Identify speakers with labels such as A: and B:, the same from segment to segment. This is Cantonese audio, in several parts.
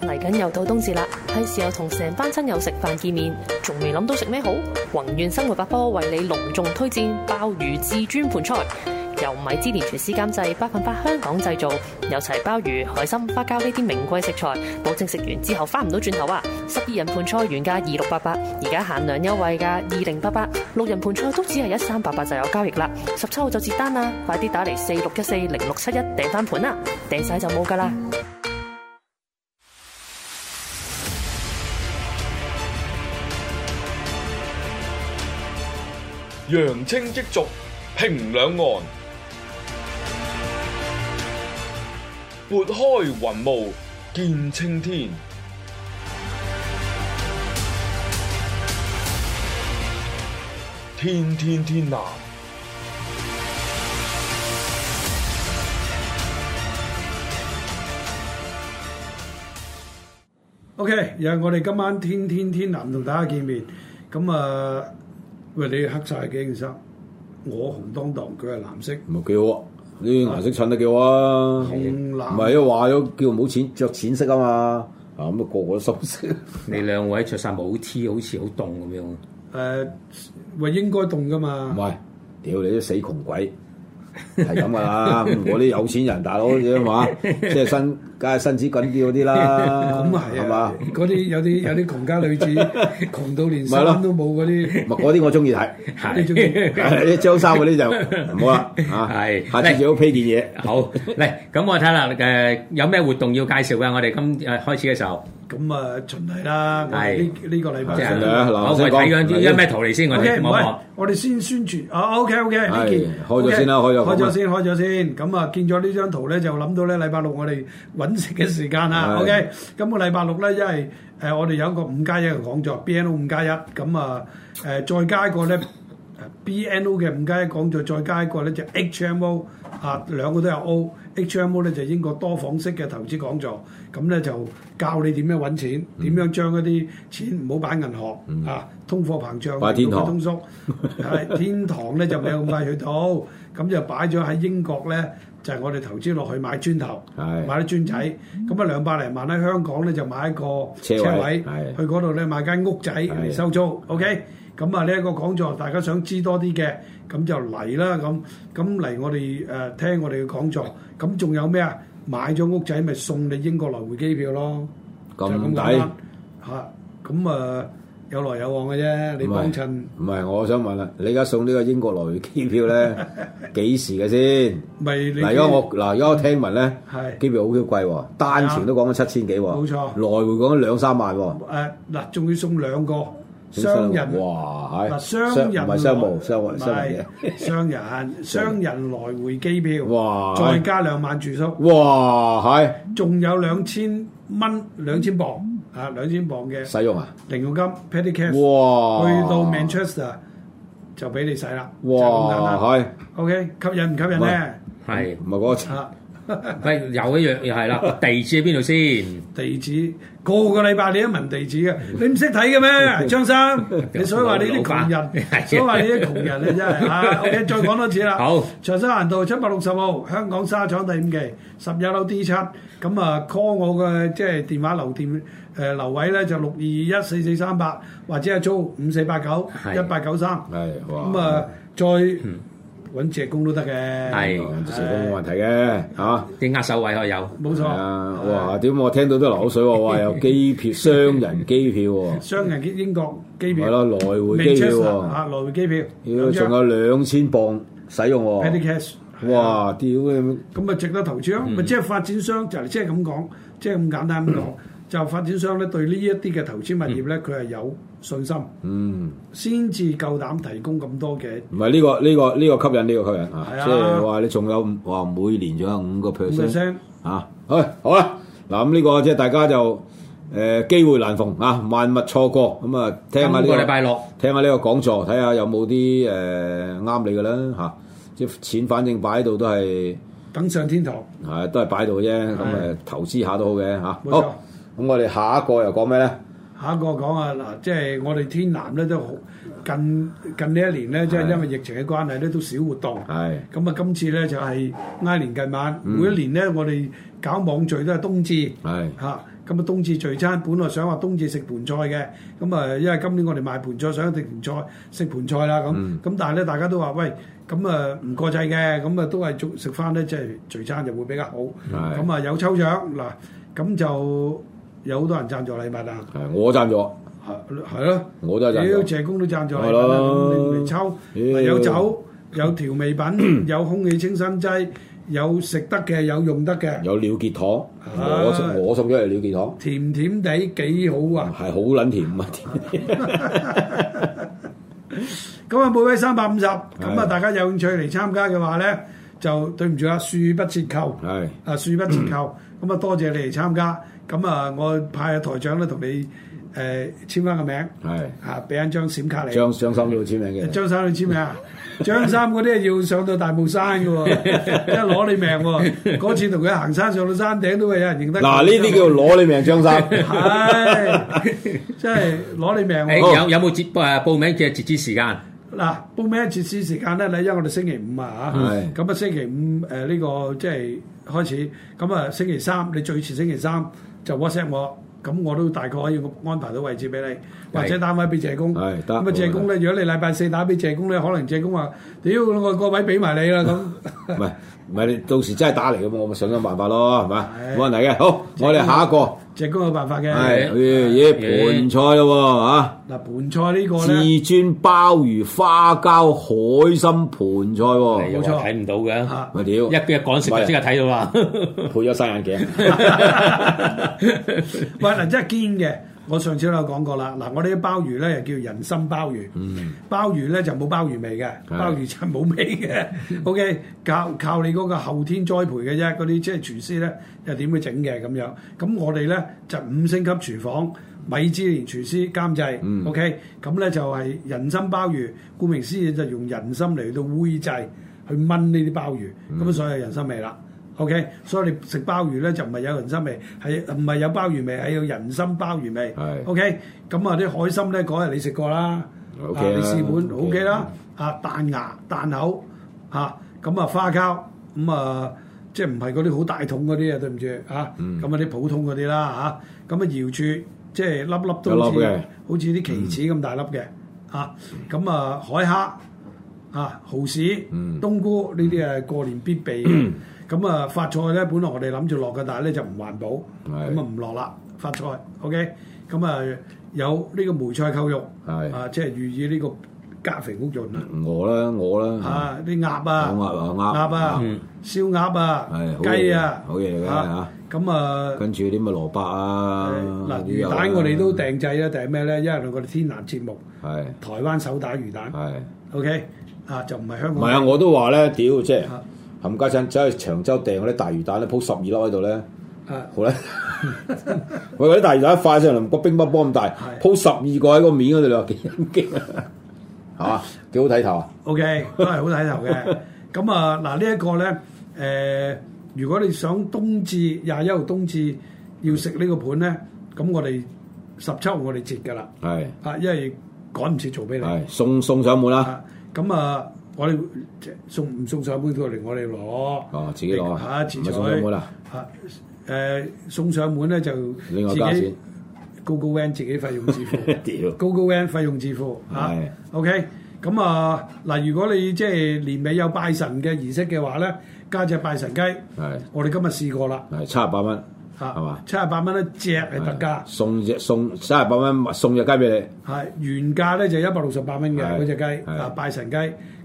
A: 嚟緊又到冬至啦，係時候同成班親友食飯見面，仲未諗到食咩好？宏願生活百科為你隆重推薦鮑魚至尊盤菜，由米芝蓮廚師監製，百分百香港製造，有齊鮑魚、海參、花膠呢啲名貴食材，保證食完之後翻唔到轉頭啊！十二人盤菜原價二六八八，而家限量優惠價二零八八，六人盤菜都只係一三八八就有交易啦，十七號就截單啦，快啲打嚟四六一四零六七一訂翻盤啦，訂晒就冇㗎啦！
B: 揚清激濁，平兩岸。撥開雲霧見青天。天天天藍。
C: OK，又係我哋今晚天天天藍同大家見面。咁啊，喂，你黑晒幾件衫？我紅當當，佢係藍色。
D: 唔係幾好啊！呢啲顏色襯得幾好啊！
C: 紅藍
D: 唔係啊，話咗叫唔好淺着淺色啊嘛，啊咁啊個個都深色，
E: 你兩位着晒帽 T，好似好凍咁樣。
C: 誒，呃喂，應該凍噶
D: 唔
C: 嘛？
D: 係，屌你啲死窮鬼！係咁噶啦，我啲有錢人大佬啫嘛，即係身，梗係身子緊啲嗰啲啦，
C: 咁啊係
D: 係
C: 啊
D: 嘛？，
C: 嗰啲有啲有啲窮家 女子，窮到連
D: 咪
C: 衫
D: 咯
C: 都冇嗰啲，
D: 唔係嗰啲我中意睇，
C: 你中意？
D: 啲張三嗰啲就唔好啦，啊
E: 係
D: 嚇，下次最好披件
E: 好，嚟咁我睇下誒有咩活動要介紹嘅？我哋今誒開始嘅時候，
C: 咁啊，循例啦。我哋呢呢個禮
E: 即嗯
D: 係
C: 拜。
D: 啦嗱
E: 好，
D: 我先
E: 我
D: 講
E: 睇緊啲有咩圖嚟先，我
C: OK，
E: 哋
C: 唔
E: 望一
C: 係
E: 望。，
C: 我哋先宣傳。啊，OK，OK，呢件
D: 啊係開咗先啦
C: OK，
D: 開咗
C: 開
D: 講啦
C: 咗先，開咗先。咁啊，見咗呢張圖咧，就諗到咧，禮拜六我哋揾食嘅時間啦。
D: 係
C: OK，咁個禮拜六咧，因為誒我哋有一個五加一嘅講座，BNO 五加一。咁啊誒，再加一個咧。BNO 嘅五加一講座，再加一個咧就 HMO 啊，兩個都有 O。HMO 咧就英國多房式嘅投資講座，咁咧就教你點樣揾錢，
D: 嗯
C: 點樣將嗰啲錢唔好擺銀行、啊，通貨膨脹
D: 擺天堂
C: 通 縮，係天堂咧就未有咁快去到，咁就擺咗喺英國咧就係、我哋投資落去買磚頭，
D: 係
C: 買啲磚仔，咁啊兩百零萬喺香港咧就買一個
D: 車位係
C: 去嗰度咧買間屋仔嚟收租，OK？咁啊呢一個講座，大家想知多啲嘅，咁就嚟啦，咁咁嚟我哋誒、呃、聽我哋嘅講座，咁仲有咩啊？買咗屋仔咪送你英國來回機票咯，就
D: 咁
C: 咁簡
D: 抵
C: 單嚇，咁啊、呃有來有往嘅啫，你幫襯
D: 嘢。唔係，我想問啦，你而家送呢個英國來回機 票咧，幾時嘅先？
C: 咪你
D: 嗱，而家我嗱，而家我聽聞咧
C: 係，
D: 機票好鬼貴喎，單程都講緊七千幾喎，
C: 冇錯
D: 來回講緊兩三萬喎，
C: 誒嗱，仲要送兩個雙人
D: 哇，係
C: 嗱雙人
D: 唔係商務，
C: 來
D: 商務
C: 唔
D: 商務
C: 係
D: 嘢，
C: 雙人雙人來回機票，
D: 哇
C: 再加兩晚住宿，
D: 哇，係
C: 仲有兩千蚊兩千磅啊兩千磅嘅
D: 使用啊，
C: 零用金 petty cash，
D: 哇，
C: 去到 Manchester 就俾你使啦，就咁簡單
D: 哇，係
C: OK 吸引唔吸引咧？
E: 係，
D: 唔係嗰個
C: 啊，
E: 喂，有一樣又係啦，地址喺邊度先？
C: 地址個個禮拜你都問地址嘅，你唔識睇嘅 咩？張生，你所以話你啲窮人，所以話你啲窮人 你真係啊！OK，再講多次啦。
E: 好，
C: 長沙行道七百六十號，香港沙廠第五期十一樓 D 七，咁啊 call 我嘅即係電話留電誒留位咧就六二二一四四三八，或者係租五四八九一八九三，
D: 係哇，
C: 咁啊再揾謝工都得嘅，
E: 係
D: 成功冇問題嘅啊嚇。
E: 啲握手位可以有。
C: 冇
D: 係
C: 錯。
D: 啊！哇！點我聽到都流口水喎！哇，有機票，雙人機票喎，
C: 雙人英國機
D: 係
C: 票。
D: 咯，來回機票喎，
C: 啊，來回機票，
D: 妖仲有兩千磅使用
C: p e t
D: 喎，
C: cash，
D: 哇！屌你！
C: 咁啊值得投資咯。咪即係發展商就係即係咁講，即係咁簡單咁講，就發展商咧對呢一啲嘅投資物業咧，佢係有信心，
D: 嗯，
C: 先至夠膽提供咁多嘅
D: 唔係呢個呢、個呢、個吸引呢、個吸引啊
C: 係啊！
D: 即係話你仲有五哇，每年仲有五個
C: 五個
D: percent
C: percent。
D: 啊！唉，好啦，嗱咁呢個即係大家就誒機會難逢啊，萬勿錯過。咁啊，聽下呢
E: 今個禮
D: 個
E: 拜六
D: 聽下呢個講座，睇下有冇啲誒啱你嘅啦嚇。即係錢，反正擺喺度都係
C: 等上天堂，
D: 係都係擺喺度嘅啫。咁
C: 係
D: 誒投資下都好嘅嚇。
C: 冇
D: 好
C: 錯。
D: 咁我哋下一個又講咩咧？
C: 下一個講啊，嗱，即係我哋天南咧都好近近呢一年咧，即係
D: 係
C: 因為疫情嘅關係咧，都少活動。
D: 係
C: 咁啊，今次咧就係挨年近晚，
D: 嗯
C: 每一年咧我哋搞網聚都係冬至
D: 係
C: 嚇。啊咁啊，冬至聚餐，本來想話冬至食盤菜嘅，咁啊，因為今年我哋賣盤菜，想食盤菜，食盤菜啦咁。咁、
D: 嗯
C: 但係咧，大家都話喂，咁啊唔過制嘅，咁啊都係做食翻咧，即係聚餐就會比較好。
D: 係
C: 咁啊有抽獎嗱，咁就有好多人贊助禮物啊！
D: 係，我贊咗，
C: 係係咯，
D: 我都係
C: 屌
D: 贊咗。
C: 謝公都贊助
D: 係
C: 禮物啦，
D: 咯
C: 咁你咪抽，
D: 屌
C: 有酒，有調味 品，有空氣清新劑，有食得嘅，有用得嘅，
D: 有鳥結糖，
C: 啊
D: 我送我送咗嚟鳥結糖，
C: 甜甜地幾好
D: 係
C: 啊！
D: 好撚甜啊！甜
C: 咁啊，每位三百五十，咁啊，
D: 係
C: 大家有興趣嚟參加嘅話咧，就對唔住啊，恕不折扣。
D: 係
C: 啊，恕不折扣。咁啊，多謝你嚟參加。咁啊，我派啊台長咧同你誒簽翻個名，
D: 係
C: 啊，俾一張閃卡你。
D: 張張心要簽名嘅，
C: 張三你知未啊？張三嗰啲係要上到大帽山嘅 喎，一攞你命喎！嗰次同佢行山上到山頂都會有人認得佢。
D: 嗱呢啲叫攞你命 張三，
C: 係真係攞你命
E: 誒
C: 喎！
E: 有有冇截誒報名嘅截止時間？
C: 嗱，報名截止時間咧，因為我哋星期五啊
D: 嗯係
C: 嚇，咁啊星期五誒呢個即係開始，咁啊星期三你最遲星期三就 WhatsApp 我。咁我都大概可以安排到位置俾你，或者打位俾謝工。
D: 係得
C: 咁啊，謝工咧，如果你禮拜四打俾謝工咧，可能謝工話：屌，我個位俾埋你啦咁。
D: 唔係唔係你到時真係打嚟咁，我咪想想辦法咯，係嘛？
C: 係
D: 冇問題嘅。好，我哋下一個
C: 謝工有辦法嘅。
D: 係哎咦盤菜咯喎啊嚇，
C: 嗱，盤菜呢個
D: 至
C: 咧，
D: 尊鮑魚花膠海參盤菜喎，
C: 冇錯
E: 睇唔到嘅，
C: 嚇
D: 咪屌
E: 啊一嘅趕食就即刻睇到啦。
D: 配咗晒眼 鏡，
C: 啊喂嗱，真係堅嘅。我上次都有講過啦。嗱，我哋啲鮑魚咧又叫人參鮑魚，鮑魚咧就冇鮑魚味嘅，
D: 嗯係
C: 鮑魚就冇味嘅。OK，靠靠你嗰個後天栽培嘅啫。嗰啲即係廚師咧又點會整嘅咁樣？咁我哋咧就五星級廚房。米芝蓮廚師監製、
D: 嗯
C: o k 咁咧就係人參鮑魚，顧名思義就用人參嚟到煨製，去炆呢啲鮑魚，咁、所以有人參味啦。OK，所以你食鮑魚咧就唔係有人參味，係唔係有鮑魚味，係有人參鮑魚味。
D: 係
C: OK，咁啊啲海參咧嗰日你食過啦
D: OK
C: 啊你
D: 啦
C: 試盤
D: OK
C: OK 啦，啊彈牙彈口嚇，咁啊花膠咁啊。即係唔係嗰啲好大桶嗰啲啊？對唔住啊，
D: 嗯
C: 咁啊啲普通嗰啲啦嚇，咁啊瑤柱即係粒粒都好
D: 一
C: 似
D: 粒嘅嗯
C: 好似啲棋子咁大粒嘅嚇，咁啊海蝦。啊，蠔豉、
D: 嗯
C: 冬菇呢啲誒過年必備嘅。咁啊，發菜咧，本來我哋諗住落嘅，但係咧就唔環保，
D: 係
C: 咁啊唔落啦。發菜，OK，咁啊有呢個梅菜扣肉，
D: 係
C: 啊，即係寓意呢個家肥屋潤啦。
D: 我啦我啦，
C: 啊！啲鴨
D: 有鴨
C: 啊，
D: 啊
C: 鴨啊
E: 嗯，
C: 燒鴨啊
D: 係好，嘢
C: 雞啊，
D: 好嘢嚟嘅
C: 啊咁
D: 鴨，
C: 啊，
D: 跟住啲乜蘿蔔啊，
C: 嗱
D: 嗰啲有
C: 魚
D: 啦
C: 蛋我哋都訂製啦，訂咩咧？因為我哋天南節目，
D: 係
C: 台灣手打魚蛋
D: 係。
C: ，OK，啊就唔係香
D: 唔
C: 港。
D: 係啊！我都話咧，屌即係
C: 啊
D: 冚家產走去長洲訂嗰啲大魚蛋咧，鋪十二粒喺度咧，
C: 啊
D: 好咧。 喂，嗰啲大魚蛋一塊上嚟，個乒乓波咁大
C: 係，
D: 鋪十二個喺個面嗰度，你話幾陰勁啊？係嘛？幾好睇頭啊！
C: O K，都係好睇頭嘅。咁啊，嗱呢一個咧，誒、如果你想冬至廿一號冬至要食呢個盤咧，咁我哋十七號我哋截㗎啦，
D: 係
C: 啊，因為趕唔切做俾你。
D: 係送送上門啦，
C: 啊，咁啊，我哋即係送唔送上門過嚟，我哋攞。
D: 哦自己攞
C: 啊，自
D: 唔
C: 取。
D: 係送上門啊
C: 啊誒，送上門咧就
D: 另外
C: 自
D: 加
C: 己
D: 錢。
C: 高高 van 自己費用自付。
D: 屌
C: 高高 N 費用自付嚇
D: 係。
C: OK，咁啊嗱，如果你即係年尾有拜神嘅儀式嘅話咧，加隻拜神雞，
D: 係
C: 我哋今日試過啦
D: 係七十八蚊
C: 嚇，
D: 係嘛？
C: 七十八蚊一隻啊係特價
D: 係，送只送七十八蚊送只雞俾
C: 係啊原價咧就一百六十八蚊嘅
D: 係
C: 嗰只雞
D: 係
C: 啊，拜神雞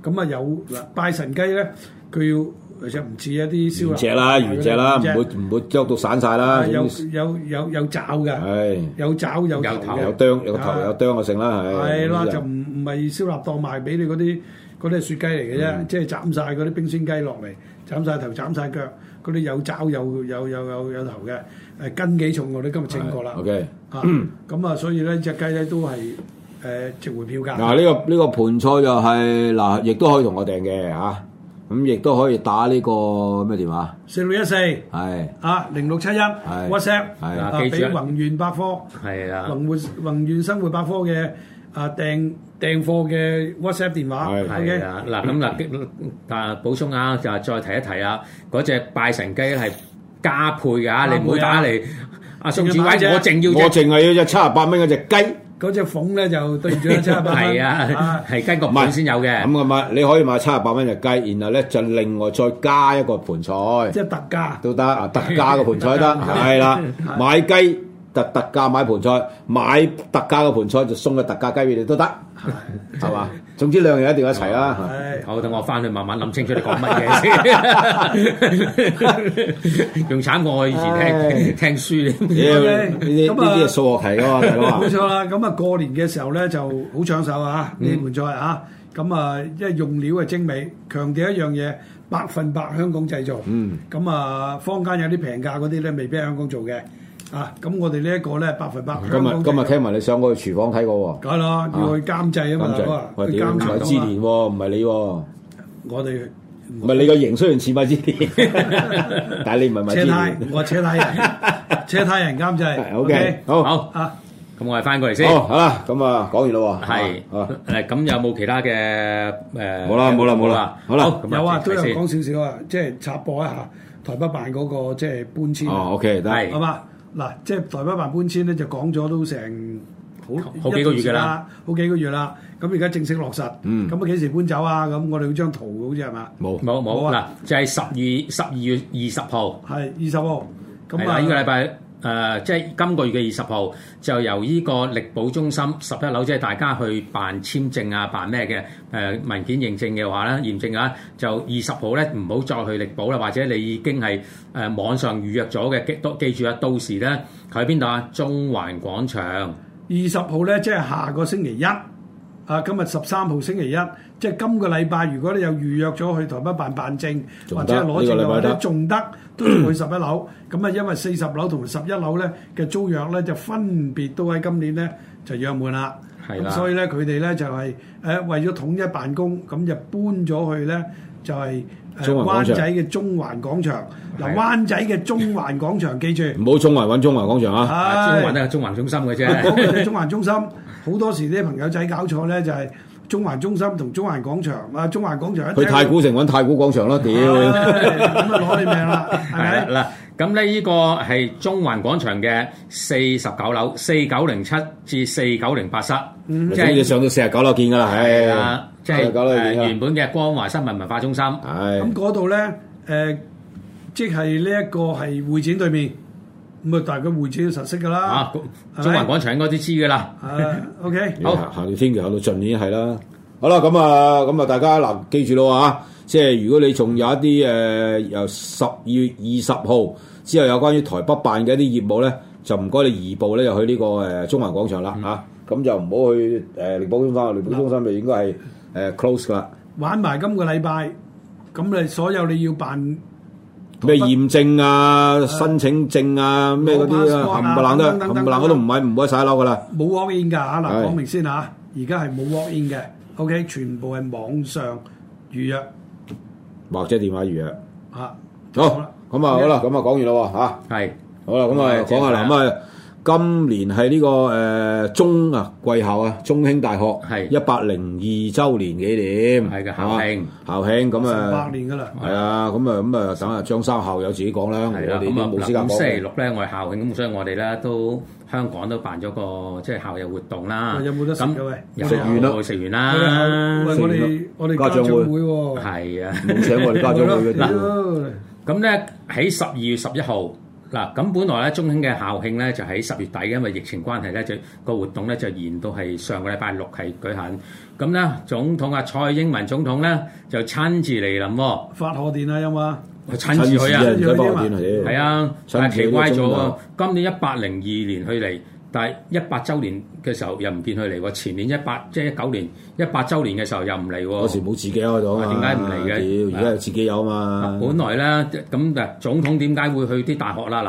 C: 咁啊有嗱拜神雞咧，佢要其實唔似一
D: 你，
C: 啲燒臘
D: 原隻啦，原隻啦，唔會唔會剁到散晒啦
C: 啊，有有有有爪嘅，
D: 係
C: 有爪有頭
E: 有頭
C: 嘅
D: 有啄有個頭
C: 啊
D: 有啄就成啦，係
C: 係啦，
D: 呢啲
C: 就唔唔係燒臘檔賣俾你嗰啲嗰啲係雪雞嚟嘅
D: 嗯
C: 啫，即係斬晒嗰啲冰鮮雞落嚟，斬晒頭斬晒腳，嗰啲有爪有有有有有頭嘅。誒斤幾重我哋今日稱過啦。
D: OK，
C: 啊，咁啊，所以咧只雞咧都係誒值回票價。
D: 嗱呢個呢個盤菜就係嗱，亦都可以同我訂嘅嚇，咁亦都可以打呢個咩電話？
C: 四六一四
D: 係
C: 啊，零六七一 WhatsApp À,
D: 係
C: 啊，
E: 記住
C: 俾
E: 啊
C: 宏源百科、
E: 係啦，
C: 宏活宏源生活百科嘅啊訂訂貨嘅 WhatsApp 電話。
D: 係
E: 係
C: OK，
E: 啦，嗱咁嗱，但補充啊，就係再提一提啊，嗰只拜神雞係加配㗎，你唔好打嚟阿宋子
C: 淨係買
E: 偉，
C: 啫
E: 我淨要
D: 我
E: 只
D: 淨係要只七十八蚊嗰只雞，
C: 嗰只鳳咧就對唔住啦， 七百蚊。
E: 係
C: À.
E: 啊，係跟個盤先有嘅，
D: 咁啊嘛，你可以買七十八蚊只雞，然後咧就另外再加一個盤菜
C: 即係特價。
D: 都得啊，特價嘅盤菜 得，
C: 特價
D: 係啦，買雞特特價買盤菜，買特價嘅盤菜就送個特價雞俾你都得，係嘛？總之兩樣一定要一齊啦。
C: 係
E: 好，等我翻去慢慢諗清楚你講乜嘢先，仲慘過我以前聽聽書。
D: 屌
C: ，OK，
D: 呢啲
C: 咁
D: 呢
C: 啊
D: 啲係數學題㗎嘛，大佬啊
C: 冇！錯啦，咁啊過年嘅時候咧就好搶手啊！呢盤菜啊，咁啊因為用料係精美，強調一樣嘢，百分百香港製造。
D: 嗯，
C: 咁啊坊間有啲平價嗰啲咧，未必係香港做嘅啊。咁我哋呢一個咧，百分百
D: 今
C: 香港
D: 日今日
C: 製造
D: 聽聞你上過去廚房睇過
C: 梗係啦，要去監製
D: 喎，
C: 啊嘛，
D: 咁
C: 大佬啊，
D: 就喂
C: 去
D: 屌
C: 監
D: 米
C: 察
D: 芝蓮喎，唔係你喎。
C: 我哋
D: 唔係你個型雖然似米芝蓮，但係你唔係米
C: 車
D: 芝
C: 胎，
D: 蓮。
C: 我車胎人，車胎人監製。
D: 係 OK，好，
E: 好，
C: 啊，
E: 咁我哋翻過嚟先。
D: 好，好啦，咁啊，講完啦喎。
E: 係
D: 啊
E: 誒，咁有冇其他嘅誒？
D: 冇啦冇啦冇啦好啦
E: 咁
C: 有啊，
E: 睇
C: 都有
E: 先
C: 講少少啊，即係插播一下台北辦嗰個即係搬遷
D: 哦
C: 啊。
D: ，OK，得，
E: 係
C: 好嘛？嗱，即係台北辦搬遷咧，就講咗都成好
E: 好幾個月㗎啦
C: 一段時間，好幾個月啦。咁而家正式落實，咁
D: 嗯
C: 啊幾時搬走啊？咁我哋要張圖好似係嘛？
D: 冇
C: 冇
E: 冇冇嗱
C: 啊，
E: 就係十二十二月二十號，
C: 係二十號，
E: 係
C: 咁
E: 啦，
C: 啊
E: 呢個禮拜誒，即係今個月嘅二十號，就由呢個力保中心十一樓，即係大家去辦簽證啊，辦咩嘅誒文件認證嘅話咧，驗證啊，就二十號咧唔好再去力保啦，或者你已經係誒網上預約咗嘅，記都記住啊，到時咧佢喺邊度啊？中環廣場。
C: 二十號咧，即係下個星期一。啊，今日十三號星期一，即係今個禮拜，如果你有預約咗去台北辦辦證
D: 仲
C: 或者係
D: 得
C: 攞
D: 呢
C: 證
D: 個
C: 嘅話
D: 禮拜
C: 咧
D: 得，
C: 仲得都要去十一樓。咁啊，因為四十樓同十一樓咧嘅租約咧，就分別都喺今年咧就約滿啦。
E: 係啦
C: 咁所以咧，佢哋咧就係、誒、為咗統一辦公，咁就搬咗去咧就係、誒
D: 中環廣
C: 灣仔嘅中環廣
D: 場
C: 場。嗱，
E: 係
C: 灣仔嘅中環廣場，記住。
D: 唔好中環揾中環廣場啊！
E: 啊中
C: 係
E: 環都係中環中 心嘅
C: 講
E: 啫。
C: 佢哋中環中心，好多時啲朋友仔搞錯咧，就係中環中心同中環廣場啊，中環廣場一
D: 去
C: 聽
D: 太古城揾太古廣場咯，屌！
C: 唉咁啊攞你命 啦，係
E: 係
C: 咪？
E: 啦，嗱，咁咧呢個係中環廣場嘅四十九樓，四九零七至四九零八室，即
D: 總之
E: 係
D: 上到四十九樓見㗎啦，唉，
E: 啊，即係
D: 49樓
E: 誒
D: 見㗎
E: 原本嘅光華新聞文化中心，
D: 唉，
C: 咁嗰度咧，誒，即係呢一個係會展對面，咁啊，大概會展都實識噶啦
E: 啊，，中環廣場應該都知㗎啦。
C: 啊，OK，
D: 你
E: 好
D: 行行條天橋行到盡已經係啦。好啦，咁啊，咁啊，大家嗱記住咯嚇，即係如果你仲有一啲誒、呃由十二月二十號之後有關於台北辦嘅一啲業務咧，就唔該你移步咧就去呢、個誒、呃中環廣場
C: 嗯
D: 啦嚇，啊咁、就唔好去誒力寶中心，力寶中心就應該係誒、呃 close 噶啦。
C: 玩埋今個禮拜，咁你所有你要辦
D: 咩驗證啊、申請證啊、咩嗰啲啊，
C: passport 啊
D: 冚唪唥都
C: 等等
D: 冚唪
C: 等等
D: 唥我都唔買唔買晒樓噶啦。
C: 冇 walk in 㗎嚇，嗱
D: 係
C: 講明先嚇，而家係冇 walk in 嘅，OK，全部係網上預約
D: 或者電話預約。
C: 嚇。
D: 好，
C: 好啦
D: 咁啊好啦，咁啊講完啦喎嚇。
E: 係
D: 好啦，咁
E: 咁啊
D: 啊講下啦，
E: 正
D: 咁啊今年係呢、個誒、呃中啊貴校啊中興大學
E: 係
D: 一百零二週年紀念，
E: 係嘅
D: 係嘛
E: 校慶
D: 校慶咁
C: 成百
D: 啊。
C: 年㗎啦。
D: 係啊，咁啊，咁啊，等下張三校友自己講啦，我
E: 係啦，
D: 哋
E: 咁
D: 都
E: 啊
D: 冇資
E: 嗱，
D: 格
E: 咁星期
D: 講。
E: 六咧我哋校慶，咁所以我哋咧都香港都辦咗個即係校友活動啦。
C: 喂有冇得食
E: 咁
C: 嘅喂
E: 有
D: 食完啦
E: 我食完
C: 喂
E: 啦，
C: 我哋我哋家長會喎，
E: 係啊。
D: 冇請我哋家長 會嗰
C: 係
D: 啲，
C: 咯
E: 咁咧喺十二月十一號嗱，咁本來咧中興嘅校慶咧就喺十月底嘅，因為疫情關係咧，就個活動咧就延到係上個禮拜六係舉行。咁咧總統啊蔡英文總統咧就親自嚟臨喎，
C: 發賀電啊，有嘛？
E: 佢親自去
D: 啊，
E: 啊，
D: 唔使幫我點啊，
E: 係啊，
D: 親自
E: 但係奇怪咗
D: 去
E: 喎
D: 啊，
E: 今年一百零二年佢嚟，但係一百週年嘅時候又唔見佢嚟喎，前年一百即係一九年一百週年嘅時候又唔嚟
D: 嗰時
E: 喎。
D: 冇自己喺度啊嘛，
E: 點解唔嚟嘅
D: 屌而家有自己有啊嘛。
E: 本來咧咁誒總統點解會去啲大學啦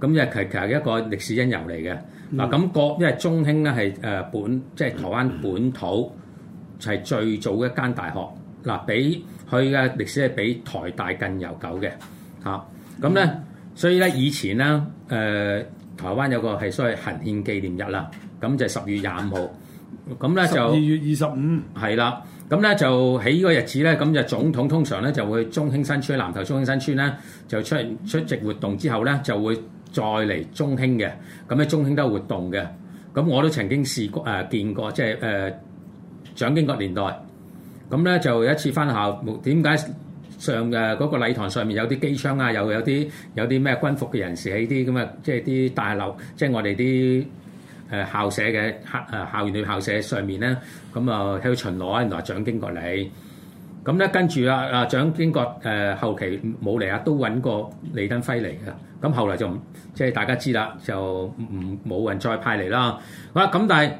E: 嗱？咁就係其實一個歷史因由嚟嘅。
C: 嗯
E: 嗱咁國因為中興咧係誒本即係台灣本土係最早一間大學，嗱比佢嘅歷史係比台大更悠久嘅嚇。咁
C: 嗯
E: 咧，所以咧以前咧誒、台灣有個係所謂行憲紀念日啦，咁就十月廿五號。咁咧
C: 十
E: 就
C: 二月二十五，
E: 係啦，咁咧就喺呢個日子咧，咁就總統通常咧就會去中興新村、南投中興新村咧，就出出席活動之後咧，就會再嚟中興嘅。咁喺中興都有活動嘅。咁我都曾經試過誒、呃見過，即係誒蔣經國年代。咁咧就有一次翻學校，冇點解上誒嗰、個禮堂上面有啲機槍啊，又有啲有啲咩軍服嘅人士喺啲咁嘅，即係啲大樓，即係我哋啲。誒呃校舍嘅校誒校園裏校舍上面咧，咁啊喺度巡邏啊，原來蔣經國嚟，咁咧跟住啊啊蔣經國誒、呃後期冇嚟啊，都揾過李登輝嚟嘅，咁後來就唔即係大家知啦，就唔冇人再派嚟啦。好啦，咁但係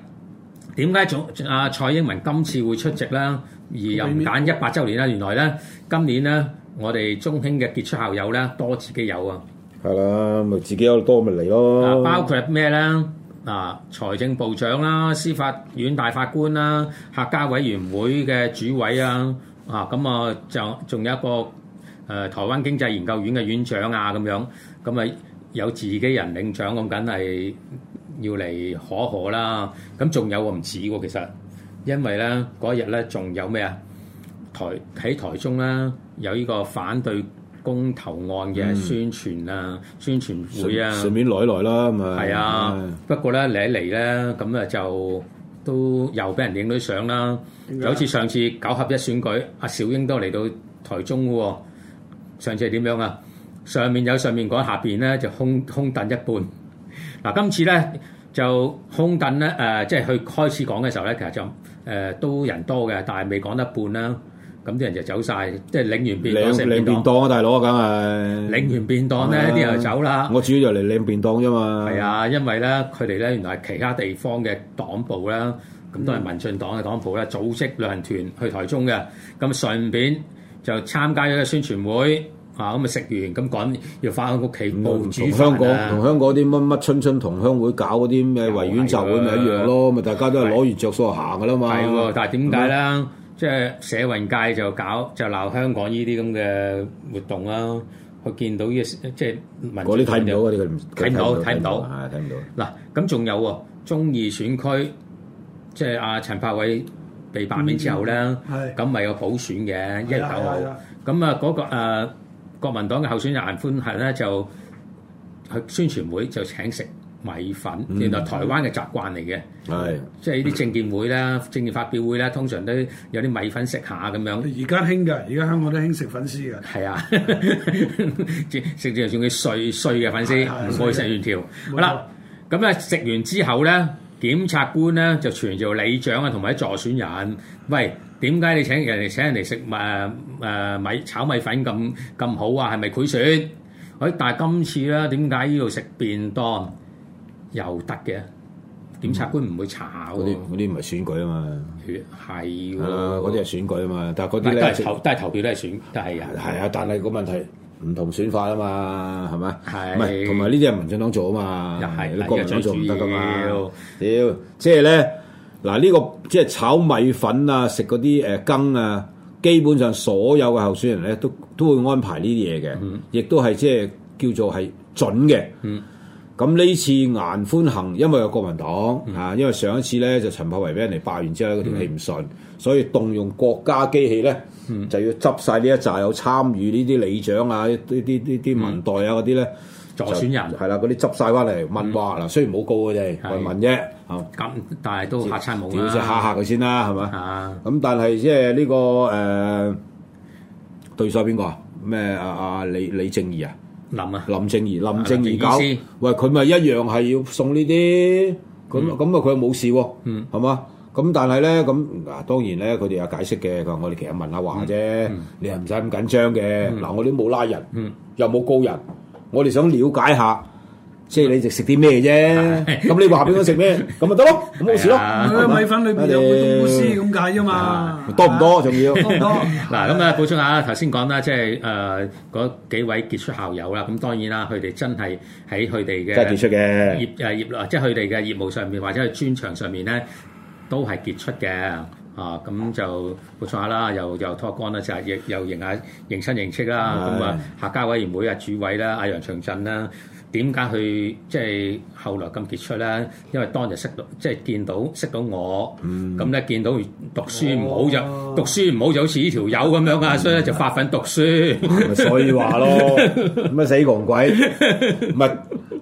E: 點解總啊蔡英文今次會出席啦，而又唔揀一百週年啦？原來咧今年咧我哋中興嘅傑出校友咧多自己有啊。
D: 係啦，咪自己有多咪嚟咯。
E: 啊，包括咩咧？啊，財政部長啦、司法院大法官啦、客家委員會嘅主委啊，啊咁啊，就仲有一個誒、呃台灣經濟研究院嘅院長啊，咁樣咁啊，有自己人領獎，咁梗係要嚟可可啦。咁仲有喎唔止喎，其實因為咧嗰日咧仲有咩啊？台喺台中啦，有呢個反對公投案嘅宣傳啊、宣傳會啊。
D: 順便來一來啦，咪
E: 係啊，不過咧你一嚟咧，咁啊就都又俾人影到啲相啦。
C: 點解
E: 就好似上次九合一選舉，阿小英都嚟到台中嘅喎。上次係點樣啊？上面有上面講，下邊咧就空空凳一半。嗱、今次咧就空凳咧誒，呃即係佢開始講嘅時候咧，其實就誒、呃都人多嘅，但係未講得一半啦。咁啲人就走晒，即係領完便當
D: 領
E: 食
D: 領
E: 便
D: 便
E: 當，
D: 當啊，大佬梗係。
E: 領完便當咧啲人就走啦。
D: 我主要就嚟領便當啫嘛。
E: 啊係，啊，因為咧佢哋咧原來係其他地方嘅黨部啦，咁都係民進黨嘅黨部啦，組織旅行團去台中嘅，咁順便就參加咗個宣傳會啊，咁啊食完咁趕要翻屋企煲
D: 同
E: 煮
D: 嗯同香港
E: 飯
D: 同
E: 啊，
D: 香港啲乜乜春春同鄉會搞嗰啲咩維園集會咪一樣咯，咪大家都係攞完着數就行噶啦嘛。
E: 啊係喎，但係點解咧？即係社運界就搞就鬧香港呢啲咁嘅活動啦，佢見到呢個即係民
D: 嗰啲睇唔
E: 進
D: 到啊
E: 黨
D: 嗰啲佢唔
E: 睇唔到睇唔到
D: 係睇唔到。
E: 嗱，咁仲有喎，中二選區，即係阿陳柏偉被罷免之後咧，
C: 係
E: 咁咪有普選嘅一
C: 係
E: 月九
C: 啦
E: 號
C: 係啦。
E: 咁啊，嗰個誒國民黨嘅候選人顏寬恆咧就去宣傳會就請食米粉，原來台灣嘅習慣嚟嘅，
D: 係
E: 即係呢啲政見會啦、政見發表會啦，通常都有啲米粉食下咁樣。
C: 而家興㗎，而家香港都興食粉絲㗎。
E: 係啊， 食食住仲要碎碎嘅粉
C: 係
E: 絲，
C: 係
E: 唔
C: 係
E: 可以食完條。好
C: 冇錯
E: 啦，咁咧食完之後咧，檢察官咧就傳召理長啊同埋啲助選人，喂，點解你請人哋請人嚟食誒誒米炒米粉咁咁好啊？係咪賄選？誒，但係今次咧，點解呢度食便當又得嘅？檢察官唔會查
D: 嗰
E: 喎
D: 啲，嗰啲唔係選舉啊嘛，
E: 係喎，
D: 係啦，啊嗰啲係選舉啊嘛，但係嗰啲
E: 哦但係都
D: 咧
E: 係投都係投票都係選，都係啊。
D: 係啊，但係個問題唔同選法啊嘛，係咪？
E: 係
D: 唔係同埋呢啲係民進黨做啊
E: 又
D: 嘛，
E: 係
D: 你國民黨做唔得噶嘛
E: 最主要。
D: 屌，即係咧嗱，呢個即係炒米粉啊，食嗰啲誒羹啊，基本上所有嘅候選人咧都都會安排呢啲嘢嘅，
E: 嗯
D: 亦都係即係叫做係準嘅。咁呢次顏寬恆，因為有國民黨
E: 嗯
D: 啊，因為上一次咧就陳柏惟俾人哋罷完之後，嗰條氣唔順，所以動用國家機器咧，
E: 嗯
D: 就要執晒呢一紮有參與呢啲里長啊、呢啲啲
E: 嗯
D: 啲民代啊嗰啲咧，
E: 助選人嗯
D: 就係啦，嗰啲執晒翻嚟問話嗱，雖然冇告嘅啫，
E: 係
D: 問問啫，啊
E: 咁但係都嚇親冇
D: 屌
E: 啦。
D: 即係嚇嚇佢先啦，係嘛？
E: 啊！
D: 咁但係即係呢個誒對手邊個啊？咩啊啊李李正義啊？
E: 林啊，
D: 林正儀，林正儀
E: 林鄭
D: 搞
E: 意思，
D: 喂佢咪一樣係要送呢啲，咁
E: 嗯
D: 咁啊佢又冇事喎，係嘛？咁但係咧，咁嗱當然咧，佢哋有解釋嘅。佢話我哋其實問下話啫，
E: 嗯
D: 你係唔使咁緊張嘅。嗱，我哋都冇拉人，又冇告人，我哋想了解下即係你食食啲咩啫？咁你話俾我食咩，咁咪得咯，咁冇事咯。
E: 係啊
D: 係咪
C: 米粉裏邊有個冬菇絲咁解啫嘛，
D: 啊多唔多？仲要
C: 多唔多？
E: 嗱咁啊，補充下頭先講啦，即係誒嗰幾位傑出校友啦，咁當然啦，佢哋真係喺佢哋嘅
D: 真係傑出嘅，
E: 業誒業內即係佢哋嘅業務上面或者係專長上面咧，都係傑出嘅。啊，咁就冇錯下啦，又又拖杆啦，就係亦又認下認親認戚啦。
D: 係
E: 咁啊，客家委員會啊主委啦，阿楊長振啦，點解佢即係後來咁傑出咧？因為當日識到，即係見到識到我，
D: 嗯
E: 咁咧、見到讀書唔好就、
C: 哦
E: 讀書唔好就好似呢條友咁樣啊，所以咧就發奮讀書。
D: 嗯咪所以話 咯，咁啊死窮鬼，唔係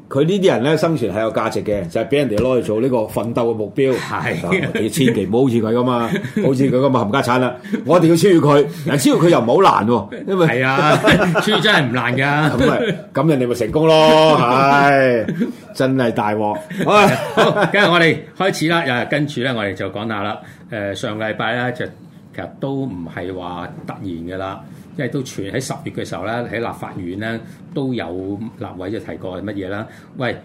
D: 佢呢啲人咧生存係有價值嘅，就係俾人哋攞去做呢個奮鬥嘅目標。
E: 係
D: 嗱你千祈唔好好似佢咁啊，好似佢咁啊冚家產 啦！我哋要超越佢，嗱超越佢又唔係好難喎，因為
E: 係啊， 書真係唔難㗎。
D: 咁咪啊咁人哋咪成功咯，唉，真係大 鑊！唉
E: 好，跟住我哋開始啦，誒，跟住咧我哋就講下啦。誒、上個禮拜咧就其實都唔係話突然嘅啦，因為都傳喺十月嘅時候咧，喺立法院咧都有立委就提過係乜嘢啦。喂，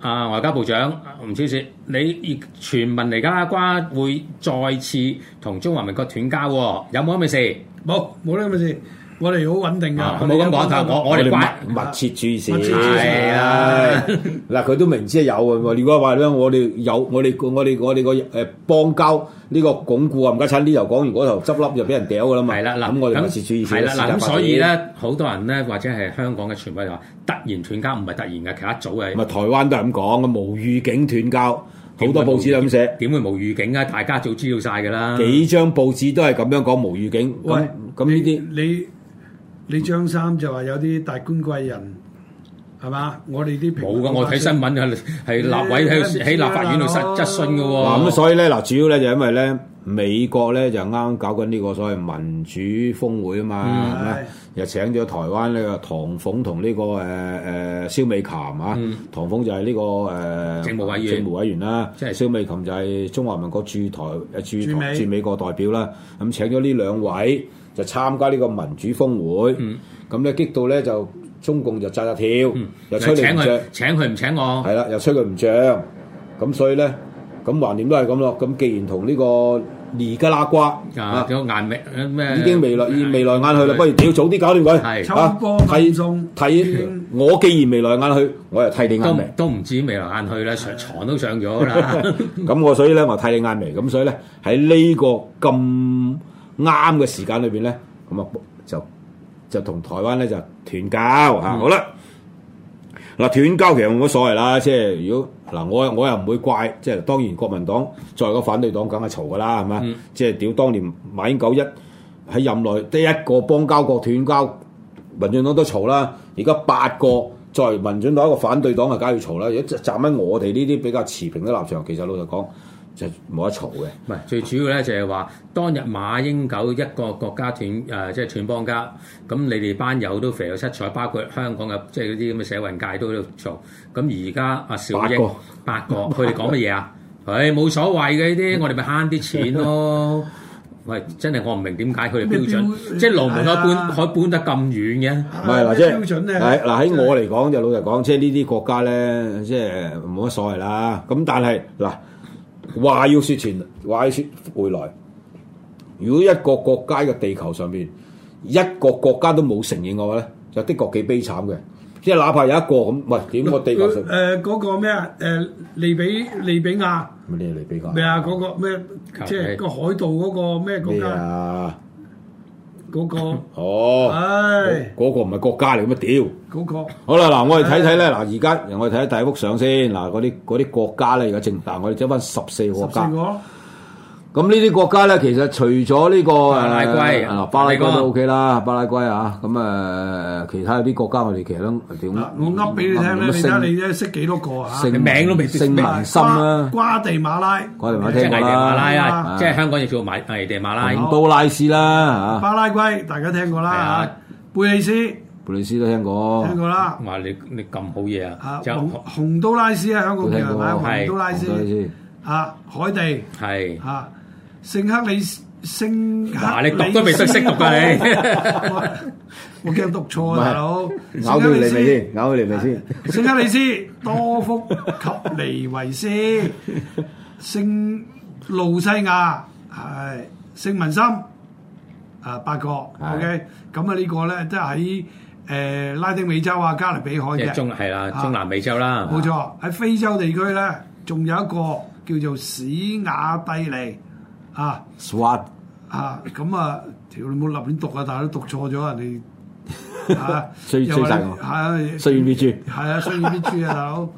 E: 啊外交部長吳超雪，你傳聞尼加拉瓜會再次同中華民國斷交喎，有冇咁嘅事？
C: 冇冇呢咁嘅事，我哋好穩定㗎
E: 啊，冇咁講但係我哋關
D: 密密切注視，
C: 密切注視
D: 係啊！嗱，佢都明知係有嘅喎。如果話咧，我哋有我哋我哋我哋個誒邦交呢個鞏固啊，唔家產呢頭講完嗰頭執笠就俾人掉㗎啦嘛。
E: 係啦，嗱，
D: 咁我哋密切注意
E: 係啦，嗱，咁所以，咧，好多人咧，或者係香港嘅傳媒就話，突然斷交唔係突然嘅，其實一早係
D: 咪台灣都係咁講嘅，無預警斷交，好多報紙都咁寫，
E: 點會無預警啊？大家早知道晒㗎啦。
D: 幾張報紙都係咁樣講無預警。
C: 喂
D: 咁，咁呢啲。
C: 你你張三就話有啲大官貴人係嘛？我哋啲平
E: 冇㗎，我睇
C: Ờ,
E: 新聞係係立委喺度喺立法院度質質詢㗎
D: 嗱啊哦咁
E: 喎。
D: 所以咧，嗱主要咧就因為咧美國咧就啱啱搞緊呢個所謂民主峰會啊嘛，係咪
C: 係
D: 又請咗台灣呢個唐鳳同呢個誒誒蕭美琴啊
E: 嗯，
D: 唐鳳就係呢個誒
E: 政務委員
D: 政務委員啦，
E: 即
D: 即
E: 係
D: 係蕭美琴就係中華民國駐台誒駐
C: 駐美
D: 台駐美國代表啦，咁請咗呢兩位就參加呢個民主峰會
E: 嗯，
D: 咁咧激到咧就中共就扎扎跳，又
E: 請
D: 吹你唔著
E: 佢。請佢唔請我，
D: 係啦，又吹佢唔漲，咁所以咧，咁橫掂都係咁咯。咁既然同呢個尼加拉瓜
E: 啊
D: 啊，
E: 有顏美呃咩？
D: 已經未來已未來眼去啦，不如屌早啲搞掂佢，
E: 係
C: 秋
D: 啊
C: 波
D: 替
C: 運送
D: 替我既然未來眼去，我又替你眼
E: 都
D: 眉，
E: 都唔知未來眼去啦，上床都上咗啦。
D: 咁我所以咧我替你眼眉，咁所以咧喺呢個咁啱嘅時間裏邊咧，咁啊就就同台灣咧就斷交嚇、
E: 嗯
D: 好啦。嗱斷交其實冇乜所謂啦，即係如果嗱我我又唔會怪，即係當然國民黨作為個反對黨梗係嘈噶啦，係嘛？
E: 嗯
D: 即係屌當年馬英九一喺任內得一個邦交國斷交，民進黨都嘈啦。而家八個作為民進黨一個反對黨係梗係要嘈啦。如果站喺我哋呢啲比較持平嘅立場，其實老實講就冇得嘈嘅。
E: 唔係最主要咧，就係話當日馬英九一個國家斷誒、呃即係斷邦家，咁你哋班友都肥到七彩，包括香港嘅即係嗰啲咁嘅社運界都喺度做。咁而家阿小英八個，佢哋講乜嘢啊？ 唉，冇所謂嘅呢啲，我哋咪慳啲錢咯。喂，真係我唔明點哎解佢哋標
C: 咩
E: 準，
C: 標
E: 即係龍門可以
C: 係
E: 搬
C: 啊
E: 可以搬得咁遠嘅。
D: 唔
C: Ờ,
D: 係嗱，即
C: 標準
D: 係
C: 咧
D: 係嗱喺我
C: Ờ,
D: 嚟講就老實講，即係呢啲國家咧，即係冇乜所謂啦。咁但係嗱，話要説前，話要説回來，如果一個國家嘅地球上邊一個國家都冇承認嘅話咧，就的確幾悲慘嘅。即係哪怕有一個咁，喂點
C: ừ,
D: 個地球上
C: 誒嗰個咩啊？誒利比利比亞
D: 乜嘢嚟比較？
C: 咩啊？嗰個咩即係個海盜嗰個咩國
D: 咩
C: 家
D: 啊？
C: 嗰個？
D: 哦，
C: 唉，
D: 嗰個唔係國家嚟嘅咩？屌！
C: 嗰個
D: 好啦，嗱，我哋睇睇咧，嗱，而家我哋睇睇第一幅相先，嗱，嗰啲嗰啲國家咧，而家正，嗱，我哋睇翻十四個國
C: 十
D: 家，
C: 四
D: 咁呢
C: 個
D: 啲國家咧，其實除咗呢個
E: 巴拉圭
D: 誒啊巴拉圭
E: 巴拉圭
D: 都 OK 啦，巴拉圭啊，咁誒，其他有啲國家我哋其實都點，
C: 嗱，我噏俾你聽咧，
D: 咁
C: 你睇下你
D: 聖
C: 咧識幾多個啊？
D: 聖
E: 名都未
D: 聖文森啦，
C: 瓜瓜地馬拉，
D: 瓜地馬拉
E: 即係
D: 聽過
E: 危地馬
D: 啦，啊
E: 拉啊！
C: 啊
E: 即係香港亦做埋危地馬拉。
D: 洪都拉斯啦，嚇，
C: 巴拉圭大家聽過
E: 係
C: 啦
E: 啊
C: 嚇，貝里斯聽
D: 布里斯都聽過，
C: 過啦，
E: 哇！你你咁好嘢啊
C: 啊！
E: 就
C: 洪洪都拉斯啊，香港叫係咪？
D: 都聽過
C: 洪都拉
D: 洪都拉
C: 斯
D: 斯
C: 啊，海地
E: 係
C: 啊，聖克里斯星
E: 嗱，你讀都未識識讀㗎 你
C: 我驚讀錯啊，大佬。
D: 咬到你味先，咬到你味先。
C: 聖克里斯多福及尼維斯，聖路西亞係聖文森啊八個
D: 係
C: ，OK，咁啊呢個咧即係喺誒拉丁美洲啊加勒比海
E: 即係
C: 嘅，
E: 中係啦，
C: 啊
E: 中南美洲啦，
C: 冇錯喺非洲地區咧，仲有一個叫做史瓦帝尼啊
D: SWAT
C: 啊咁啊，條你冇立亂讀啊，但係都讀錯咗啊 你。啊
D: 追
C: 又話
D: 追曬我
C: 係啊
D: 雖然 B G
C: 係啊，所以邊處啊，大佬。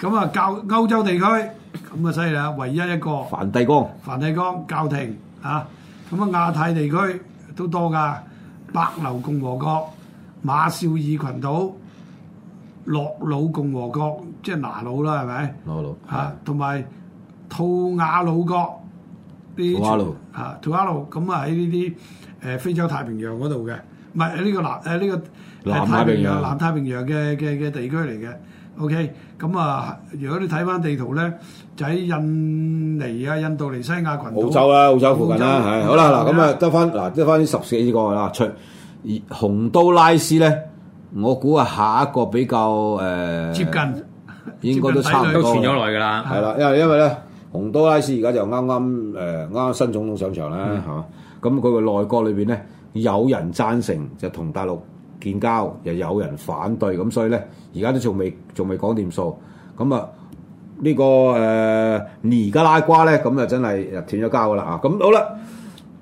C: 咁啊，教歐洲地區咁啊，犀利啦！唯一一個
D: 梵蒂岡
C: 梵蒂岡教廷啊，咁啊，亞太地區都多噶，白流共和國、馬紹爾群島、諾魯共和國，即係拿魯啦，係咪？
D: 攞佬
C: 啊，同埋吐瓦魯國啲
D: 吐瓦魯
C: 啊，吐瓦魯咁啊喺呢啲呃誒非洲太平洋嗰度嘅，唔係呢個南誒呢個
D: 南
C: 誒
D: 太平洋
C: 南太平洋嘅嘅嘅地區嚟嘅。OK，咁啊，如果你睇翻地圖咧，就喺印尼啊、印度尼西亞群島、
D: 澳洲啊啦，澳洲附近啦，
C: 澳洲
D: 係好啦嗱，咁啊得翻嗱得翻呢十幾個啦，啊除而洪都拉斯咧，我估啊下一個比較誒
C: 接近，
D: 應該都差唔
E: 都
D: 多
E: 傳咗耐㗎啦。
D: 係啦，因為因為咧，洪都拉斯而家就啱啱誒啱啱新總統上場啦，係嘛、咁佢個內閣裏邊咧，有人贊成就同大陸建交，又有人反對，咁所以咧，而家都仲未仲未講掂數。咁啊，呢、個誒、呃尼加拉瓜咧，咁啊真係斷咗交噶啦啊！咁好啦。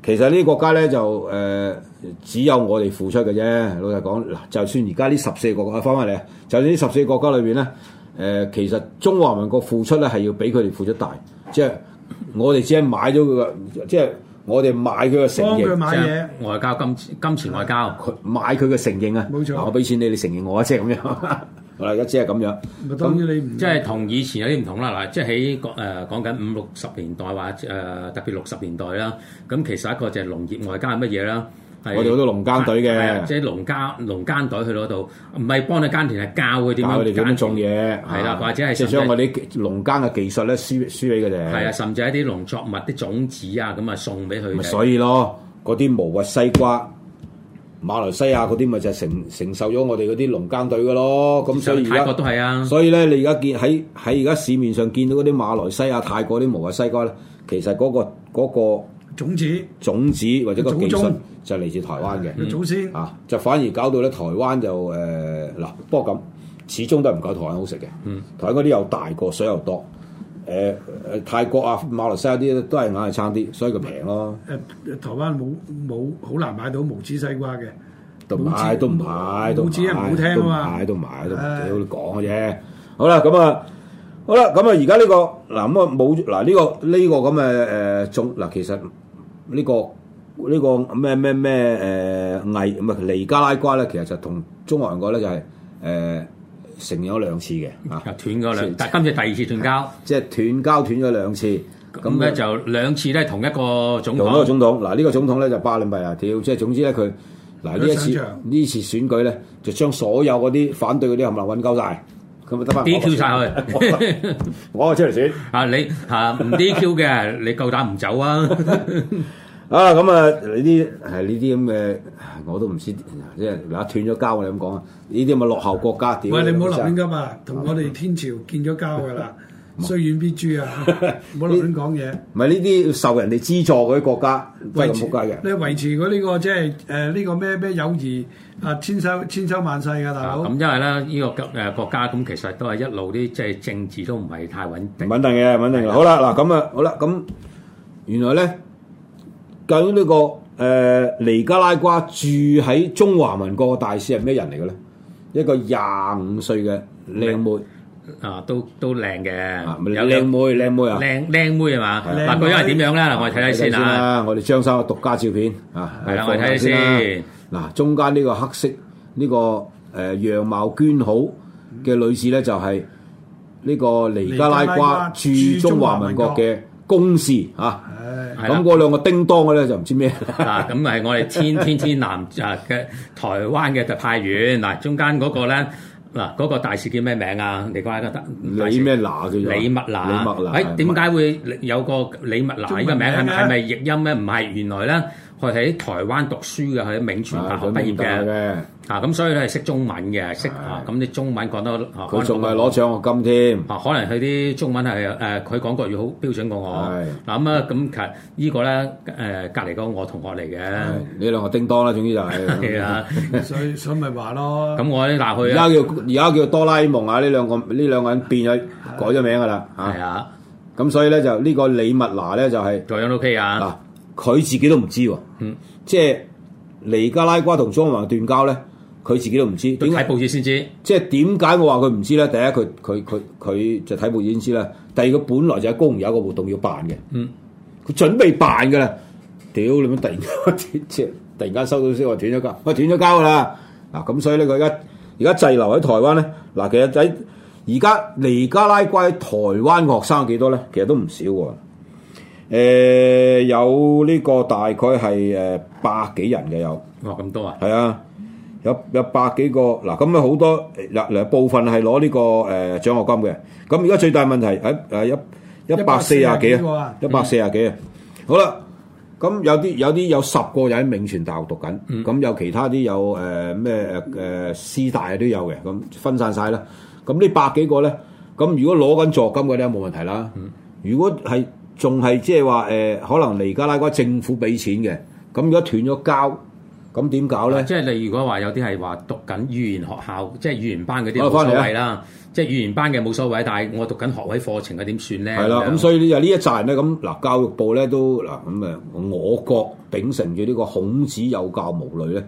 D: 其實呢啲國家咧就誒、呃只有我哋付出嘅啫。老實講，嗱，就算而家呢十四個國家翻返嚟，就算呢十四個國家裏邊咧，誒、其實中華民國付出咧係要比佢哋付出大，即係我哋只係買咗佢個，即係我哋買佢個承
C: 幫佢
D: 認，
C: 買
E: 即
C: 嘢
E: 係。外交金金錢外交，
D: 佢買佢嘅承認啊！
C: 冇錯
D: 嗱我俾錢你，你承認我啊，即係 咁樣。好啦，而家只係咁樣。
C: 咪當然你唔
E: 即係同以前有啲唔同啦。嗱，即係喺誒講緊五六十年代或者誒、呃特別六十年代啦，咁其實一個就係農業外交係乜嘢啦？係
D: 我哋好多農耕隊嘅
E: 係啊即係農家農耕隊去嗰度，唔係幫你耕田，係教佢
D: 教
E: 點
D: 佢哋
E: 樣
D: 點樣
E: 耕
D: 種嘢，
E: 係啦
D: 啊
E: 或者
D: 即係
E: 係甚至
D: 將我哋啲農耕嘅技術咧輸輸俾佢哋。
E: 係啊，甚至係一啲農作物啲種子啊，咁啊送俾佢
D: 咪
E: 哋。
D: 所以咯，嗰啲無核西瓜，馬來西亞嗰啲咪就係承承受咗我哋嗰啲農耕隊嘅咯。咁所以
E: 泰
D: 而
E: 國
D: 家，
E: 都係啊，
D: 所以咧你而家見喺喺而家市面上見到嗰啲馬來西亞、泰國啲無核西瓜咧，其實嗰、個嗰、個
C: 種子
D: 種子或者個技
C: 種
D: 術
C: 種
D: 就嚟自台灣嘅。
E: 嗯
C: 嘅祖先，
D: 啊，就反而搞到咧台灣就誒嗱、不過咁始終都係唔夠台灣好食嘅。嗯，台灣嗰啲又大個，水又多。誒、誒、泰國啊、馬來西亞啲都係硬係差啲，所以佢平咯。
C: 誒呃台灣冇冇好難買到無籽西瓜嘅。
D: 都唔買，都唔買，都
C: 冇
D: 唔
C: 錢人唔好聽
D: 買，
C: 啊
D: 都唔
C: 嘛
D: 買，都唔買，都唔
C: 唉
D: 屌你講嘅啫。好啦，咁啊，好啦，咁啊，而家呢個嗱咁啊冇嗱呢個呢個咁嘅誒種嗱，其實呢個呢個咩咩咩誒偽唔係尼加拉瓜咧，其實就同中華民國咧就係誒承認咗兩次嘅嚇
E: 又，斷咗兩，但今次第二次斷交，
D: 即係斷交斷咗兩次。
E: 咁咧就兩次都係同一個總
D: 同一個
E: 統。
D: 總統，嗱呢個總統咧就巴倫幣啊，屌！即係總之咧佢嗱呢一次
C: 佢上場
D: 呢次選舉咧，就將所有嗰啲反對嗰啲冚唪唥揾鳩晒，咁咪得翻
E: DQ 晒佢，
D: 我我出嚟選
E: 啊你啊唔 DQ 嘅，你夠膽唔走 啊？
D: 啊！咁啊，呢啲係呢啲咁嘅，我都唔知，即係嗱斷咗交，我哋咁講啊，呢啲咪落後國家屌！
C: 喂，你唔好
D: 真
C: 立亂
D: 係
C: 噏啊！同我哋天朝建咗交噶啦，雖遠必誅啊！唔好立亂講嘢。
D: 唔係呢啲受人哋資助嗰啲國家都係咁撲街嘅。
C: 你維持嗰呢個即係誒呢個咩咩友誼啊，千秋千秋萬世噶大
E: 啊
C: 佬
E: 咁。因為咧，呢個誒國家咁其實都係一路啲即係政治都唔係太穩定。
D: 穩定嘅，穩定嘅。好啦，嗱咁啊，好啦，咁原來咧，究竟呢、個誒、呃尼加拉瓜住喺中華民國嘅大使係咩人嚟嘅咧？一個廿五歲嘅靚妹
E: 啊，都都靚
D: 啊，
E: 嘅，有
D: 靚妹靚妹啊！
E: 靚靚妹係嘛？
C: 靚
E: 嗱，佢因為點樣咧？嗱我哋睇睇先啊。
D: 啦，我哋張生嘅獨家照片啊，
E: 係啦
D: 放
E: 我哋睇睇
D: 下啦
E: 先。
D: 嗱，中間呢個黑色呢、個誒、呃、樣貌娟好嘅女士咧，就係、呢個尼加拉
C: 尼加拉
D: 瓜
C: 瓜
D: 駐
C: 駐
D: 中
C: 中
D: 華
C: 華
D: 民
C: 民
D: 國
C: 國
D: 嘅公事啊。
C: 唉，
E: 係啦
D: 咁嗰兩個叮當嘅咧就唔知咩，
E: 嗱，咁 啊係我哋天天天南啊嘅台灣嘅特派員嗱，中間嗰個咧嗱，嗰個大使叫咩名啊？你講一個大大
D: 李
E: 使
D: 咩拿叫做
E: 李麥娜，
D: 李麥娜
E: 誒點解會有個李麥娜呢個名係
C: 中文名
E: 咪
C: 啊
E: 係咪譯音咧？唔係，原來咧佢喺台灣讀書嘅，佢喺銘傳
D: 啊
E: 大學畢業嘅，
D: 嘅？
E: 啊咁所以咧係識中文嘅，識啊咁啲中文講得啊
D: 佢仲係
E: 講得
D: 攞獎學金添。
E: 啊，可能佢啲中文係誒，呃佢、講國語好標準過我。
D: 係
E: 嗱咁啊，咁其實呢個咧誒、呃隔離嗰個我同學嚟嘅，
D: 呢兩個叮當啦，總之就係。
E: 係啊。
C: 所以所以咪話咯，
E: 咁我咧鬧
D: 而
E: 佢
D: 家
E: 啊，
D: 叫而家叫哆啦 A 夢啊！呢兩個呢兩個人變咗改咗名噶啦
E: 係
D: 嚇，
E: 啊，
D: 咁所以咧就呢個李密娜咧就係
E: 做樣都 OK 啊，
D: 嗱佢自己都唔知喎
E: 嗯，
D: 即係尼加拉瓜同中華斷交咧，佢自己都唔知。
E: 佢
D: 點
E: 睇
D: 解？
E: 報紙先知。
D: 即係點解我話佢唔知咧？第一佢佢佢佢就睇報紙先知啦。第二佢本來就喺高雄有一個活動要辦嘅，
E: 嗯，
D: 佢準備辦㗎啦。屌你乜突然間 即係突然間收到消息話斷咗交，喂斷咗交㗎啦！嗱咁所以咧佢而家而家滯留喺台灣咧，嗱其實喺而家尼加拉瓜喺台灣嘅學生有幾多咧？其實都唔少喎。誒、有呢個大概係誒百幾人嘅有。
E: 哇，咁多啊！
D: 係啊，有有百幾個嗱，咁啊好多嗱嗱部分係攞呢個誒、呃、獎學金嘅，咁而家最大問題喺誒一一百四廿幾
C: 140個
D: 啊
C: 啊，
D: 一百四廿幾啊，好啦。咁有啲有啲有十個人喺銘傳大學讀緊，咁、有其他啲有誒咩誒誒師大啊都有嘅，咁分散晒啦。咁呢百幾個咧，咁如果攞緊助金嘅咧冇問題啦。如果係仲係即係話誒，可能尼加拉瓜政府俾錢嘅，咁如果斷咗交，咁點搞咧？
E: 啊即係你如果話有啲係話讀緊語言學校，即係語言班嗰啲
D: 我
E: 冇
D: 返
E: 所
D: 嚟啊
E: 謂啦，即係語言班嘅冇所謂，但係我讀緊學位課程嘅點算咧？
D: 係啦，咁
E: 以
D: 所以呢就呢一扎人咧，咁嗱教育部咧都嗱咁誒，我國秉承住呢個孔子有教無類咧，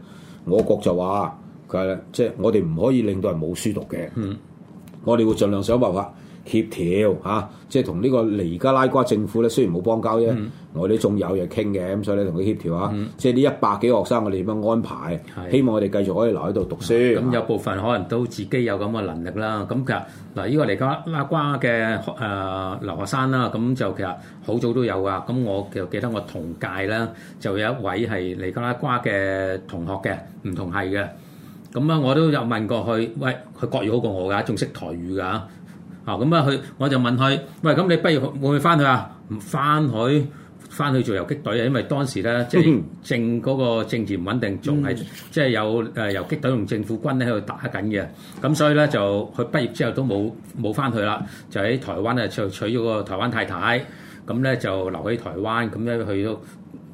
D: 我國就話佢係即係我哋唔可以令到人冇書讀嘅，
E: 嗯，
D: 我哋會盡量想辦法協調嚇、啊即係同呢個尼加拉瓜政府咧，雖然冇邦交啫，
E: 嗯
D: 我哋仲有嘢傾嘅，咁所以咧同佢協調啊，即係呢一百幾個學生我哋點樣安排，
E: 係
D: 希望我哋繼續可以留喺度讀書。
E: 咁有部分可能都自己有咁嘅能力啦。咁其實嗱，呢個尼加拉瓜嘅誒、呃留學生啦，咁就其實好早都有噶。咁我就記得我同屆啦，就有一位係尼加拉瓜嘅同學嘅，唔同系嘅。咁啊，我都有問過佢，喂，佢國語好過我㗎，仲識台語㗎。啊，咁啊，佢我就問佢，喂，咁你不如會唔會翻去啊？唔翻去，翻去做游擊隊啊，因為當時咧，即係政嗰個政治唔穩定，仲係即係有誒游擊隊同政府軍咧喺度打緊嘅。咁所以咧就佢畢業之後都冇冇翻去啦，就喺台灣咧就娶咗個台灣太太，咁咧就留喺台灣，咁咧去到。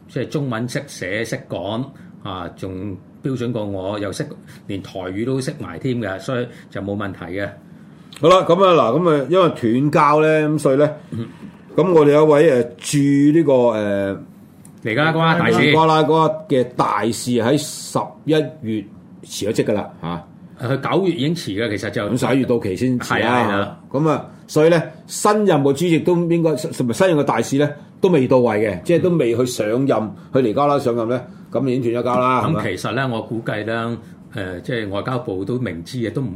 E: 即係中文識寫識講啊，仲標準過我，又識連台語都識埋添嘅，所以就冇問題嘅。
D: 好啦，咁啊嗱，咁啊，因為斷交咧，咁所以咧，咁我哋有一位呃誒駐呢個誒
E: 尼加拉瓜大使
D: 孟
E: 佢
D: 加拉啊瓜嘅大使喺十一月辭咗職噶啦嚇，
E: 呃九月已經遲嘅，其實就
D: 咁十一月到期先辭
E: 係啊係
D: 啦
E: 啊。
D: 咁啊，所以咧新任嘅主席都應該，同埋新任嘅大使咧都未到位嘅，即係都未去上任，去尼加拉上任咧，咁已經斷咗交啦。係
E: 咁
D: 咪
E: 其實咧，我估計咧，誒、即係外交部都明知嘅，都唔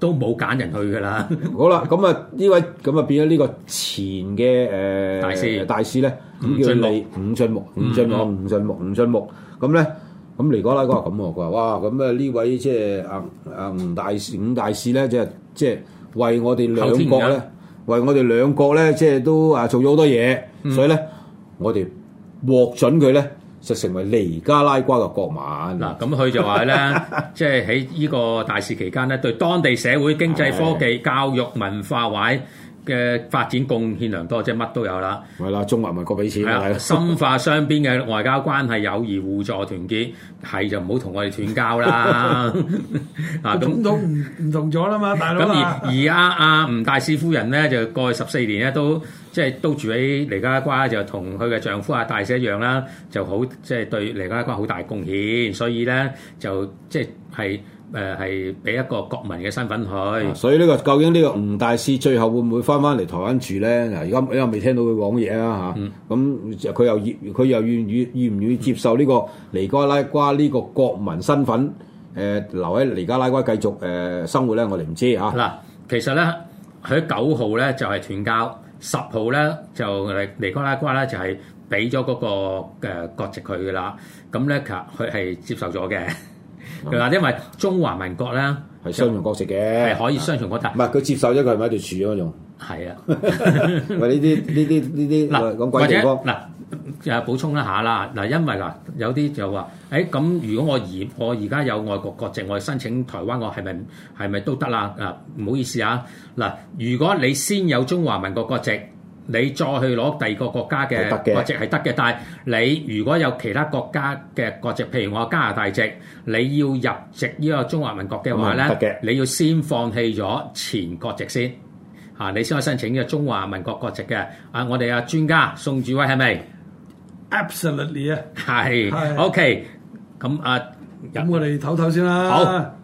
E: 都冇揀人去㗎啦。
D: 好啦，咁啊呢位咁啊變咗呢個前嘅誒、呃
E: 大師
D: 大師咧，
E: 吳
D: 咁叫
E: 俊木嗯
D: 李伍俊木，伍俊木，伍俊木，伍俊木，咁咧咁尼哥拉哥話咁喎，佢話哇咁啊呢位即係啊啊吳大師伍大師咧，即係即係為我哋兩
E: 後
D: 國
E: 天㗎
D: 咧，為我哋兩國咧，即係都啊做咗好多嘢，
E: 嗯
D: 所以咧我哋獲准佢咧就成為尼加拉瓜嘅國民。
E: 嗱，咁佢就話咧，即係喺呢個大事期間咧，對當地社會、經濟、科技、教育、文化或嘅發展貢獻良多，即係乜都有啦。
D: 係啦，中華民國俾錢啊，大
E: 係
D: 佬
E: 啊，深化雙邊嘅外交關係，友誼互助團結，係就唔好同我哋斷交啦。啊，咁
C: 總統唔唔同咗啦嘛，大佬
E: 咁
C: 啊
E: 而。而阿阿吳大使夫人咧，就過去十四年咧，都即係都住喺尼加拉瓜，就同佢嘅丈夫阿大使一樣啦，就好即係對尼加拉瓜好大貢獻，所以咧就即係係誒係俾一個國民嘅身份佢
D: 啊。所以呢、個究竟呢個吳大師最後會唔會翻翻嚟台灣住咧？嗱，而家因為未聽到佢講嘢啦
E: 嗯
D: 嚇，咁佢、又願佢又願願願唔願意接受呢個尼加拉瓜呢個國民身份？誒、留喺尼加拉瓜繼續誒、生活咧，我哋唔知嚇。啊
E: 嗱，其實咧，佢九號咧就係斷交，十號咧就尼尼加拉瓜咧就係俾咗嗰個誒國籍佢噶啦。咁咧，其實佢係接受咗嘅。嗱，因為中華民國咧
D: 係雙重角色嘅
E: 係，可以雙重國籍
D: 唔，係佢接受咗佢係咪喺度住嗰種？
E: 係啊。
D: 喂，呢啲呢啲呢
E: 嗱
D: 啲咁鬼地方，
E: 或者嗱誒補充一下啦，嗱，因為嗱有啲就話，誒、咁如果我而我而家有外國國籍，我申請台灣，我係咪係咪都得啦？啊，唔好意思啊，嗱，如果你先有中華民國國籍。你再去攞第二個國家
D: 係得嘅
E: 嘅國籍係得嘅，但係你如果有其他國家嘅國籍，譬如我有加拿大籍，你要入籍呢個中華民國嘅話
D: 咁啊係唔得嘅
E: 咧，你要先放棄咗前國籍先。啊，你先可以申請呢個中華民國國籍嘅。啊，我哋啊專家宋志威係咪？
C: Absolutely 啊！
E: 係
C: 係
E: ，OK。咁啊，
C: 咁我哋唞唞先啦。
E: 好。